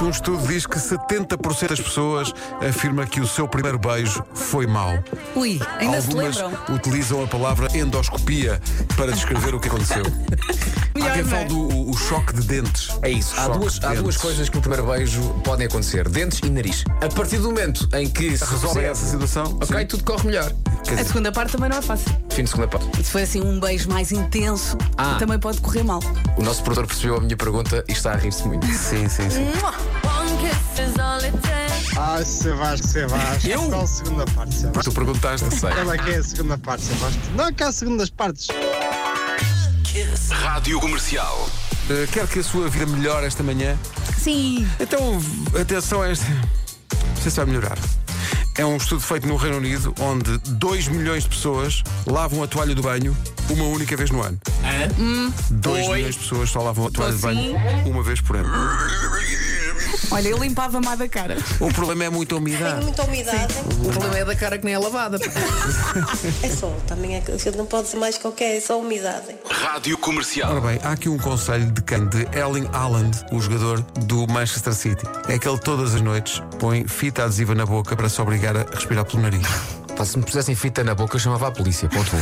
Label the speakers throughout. Speaker 1: Um estudo diz que 70% das pessoas afirma que o seu primeiro beijo foi mau.
Speaker 2: Ui, ainda se
Speaker 1: Algumas
Speaker 2: lembram?
Speaker 1: utilizam a palavra endoscopia para descrever o que aconteceu. Há quem
Speaker 2: não é?
Speaker 1: fale do o- o choque de dentes.
Speaker 3: É isso. Há
Speaker 1: Choque
Speaker 3: duas,
Speaker 1: de
Speaker 3: há duas
Speaker 1: dentes.
Speaker 3: coisas que no primeiro beijo podem acontecer: dentes e nariz. A partir do momento em que se
Speaker 1: Resolvem
Speaker 3: percebe,
Speaker 1: essa situação?
Speaker 3: Ok,
Speaker 1: Sim.
Speaker 3: tudo corre melhor.
Speaker 1: Quer
Speaker 2: A
Speaker 1: dizer,
Speaker 2: segunda parte também não é fácil.
Speaker 3: Fim de segunda parte.
Speaker 2: E se for assim um beijo mais intenso,
Speaker 3: Ah.
Speaker 2: também pode correr mal.
Speaker 3: O nosso produtor percebeu a minha pergunta e está a rir-se muito.
Speaker 1: Sim, sim, sim.
Speaker 4: One kiss is all it takes.
Speaker 5: Ah, Sebastião, Sebastião.
Speaker 3: Eu?
Speaker 5: Qual segunda parte,
Speaker 2: Hum.
Speaker 5: Sebastião?
Speaker 1: Tu perguntaste.
Speaker 3: Sei.
Speaker 5: Qual é que é a segunda parte, Sebastião? Não, que há segundas partes.
Speaker 6: Rádio Comercial.
Speaker 1: eh, Quer que a sua vida melhore esta manhã?
Speaker 2: Sim.
Speaker 1: Então, atenção a esta. Não sei se vai melhorar. É um estudo feito no Reino Unido onde 2 milhões de pessoas lavam a toalha do banho uma única vez no ano. 2
Speaker 3: Oi.
Speaker 1: milhões de pessoas só lavam a toalha do banho uma vez por ano.
Speaker 2: Olha, eu limpava mais da cara.
Speaker 1: O problema é muita umidade.
Speaker 7: muita umidade.
Speaker 3: O problema é da cara que nem é lavada.
Speaker 7: É sol, também é que aquilo não pode ser mais qualquer, é só umidade.
Speaker 6: Rádio Comercial.
Speaker 1: Ora bem, há aqui um conselho de quem? De Erling Haaland, o jogador do Manchester City. É que ele todas as noites põe fita adesiva na boca para se obrigar a respirar pelo nariz.
Speaker 3: Pá, se me pusessem fita na boca, eu chamava a polícia. Ponto um.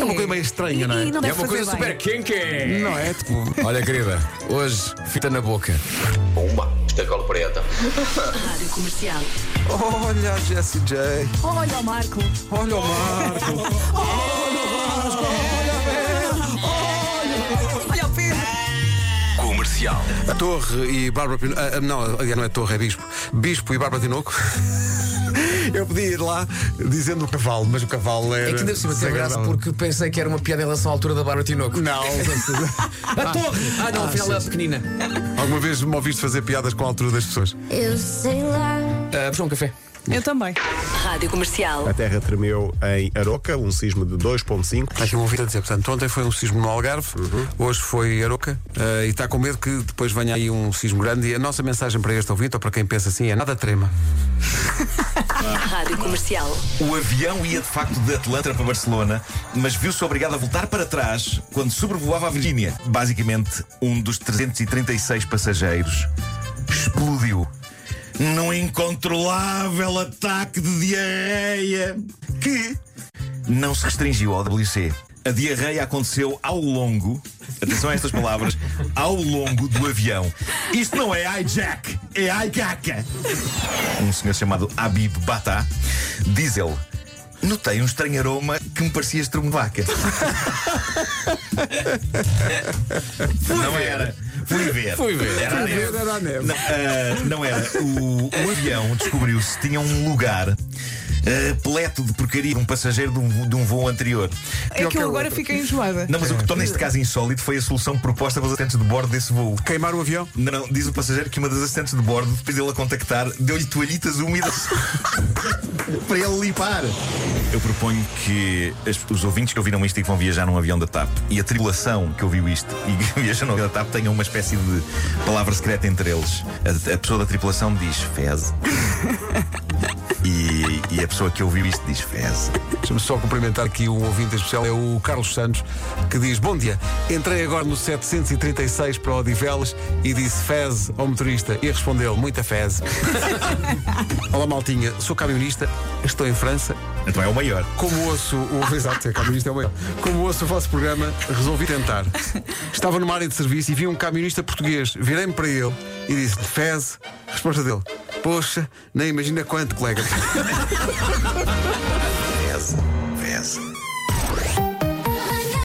Speaker 1: É uma coisa meio estranha, não é?
Speaker 2: E não deve
Speaker 3: É uma
Speaker 2: fazer
Speaker 3: coisa
Speaker 2: bem.
Speaker 3: super kinky.
Speaker 1: Não é? Tipo,
Speaker 3: Olha, querida, hoje, fita na boca.
Speaker 6: Pumba, esta cola preta.
Speaker 1: olha a Jessie J.
Speaker 2: Olha o Marco.
Speaker 1: Olha o Marco.
Speaker 2: Olha o Pedro.
Speaker 6: Comercial.
Speaker 1: A Torre e Bárbara Pinoco. ah, ah, não, aliás, não é Torre, é Bispo. Bispo e Bárbara Tinoco. Eu podia ir lá dizendo o cavalo, mas o cavalo era.
Speaker 3: É que ainda por cima tem graça
Speaker 1: desagradável.
Speaker 3: porque pensei que era uma piada em relação à altura da Bárbara Tinoco.
Speaker 1: Não.
Speaker 3: a torre! Ah, não, afinal é pequenina.
Speaker 1: Alguma vez me ouviste fazer piadas com a altura das pessoas?
Speaker 4: Eu sei lá.
Speaker 3: Ah, puxa um café.
Speaker 2: Eu também.
Speaker 8: A terra tremeu em Aroca, um sismo de 2,5.
Speaker 1: Está aqui um ouvinte a dizer, portanto, ontem foi um sismo no Algarve, hoje foi Aroca, eh, e está com medo que depois venha aí um sismo grande. E a nossa mensagem para este ouvinte, ou para quem pensa assim, é nada trema.
Speaker 9: O avião ia de facto de Atlanta para Barcelona, mas viu-se obrigado a voltar para trás quando sobrevoava a Virgínia. Basicamente, um dos 336 passageiros explodiu num incontrolável ataque de diarreia que não se restringiu ao WC. A diarreia aconteceu ao longo, atenção a estas palavras, ao longo do avião. Isto não é hijack, é hijaca um senhor chamado Habib Bata, diz ele: Notei um estranho aroma que me parecia estrume de vaca. não era. Fui ver. Fui ver. Era a neve. Não, ah, não era. O, o avião descobriu-se tinha um lugar ah, repleto de porcaria de um passageiro de um, vo- de um voo anterior.
Speaker 2: É que eu agora fiquei enjoada.
Speaker 9: Não, mas o que torna este caso insólito foi a solução proposta pelos atentes de bordo desse voo.
Speaker 1: Queimar o avião?
Speaker 9: Não, não, diz o passageiro que uma das assistentes de bordo, depois dele a contactar, deu-lhe toalhitas úmidas para ele limpar. Eu proponho que as- os ouvintes que ouviram isto e que vão viajar num avião da TAP e a tripulação que ouviu isto e que viaja num avião da TAP tenham uma espécie de palavra secreta entre eles. A, a pessoa da tripulação diz fez. E, e a pessoa que ouviu isto diz fez.
Speaker 1: Deixa-me só cumprimentar aqui um ouvinte especial, é o Carlos Santos, que diz: Bom dia, entrei agora no 736 para Odivelas e disse fez ao motorista e respondeu: Muita fez. Olá, maltinha, sou camionista, estou em França.
Speaker 9: Então é o maior.
Speaker 1: Como ouço o. Exato, é camionista é o maior. Como ouço o vosso programa, resolvi tentar. Estava numa área de serviço e vi um camionista português. Virei-me para ele e disse-lhe: Fez. Resposta dele: Poxa, nem imagina quanto, colega.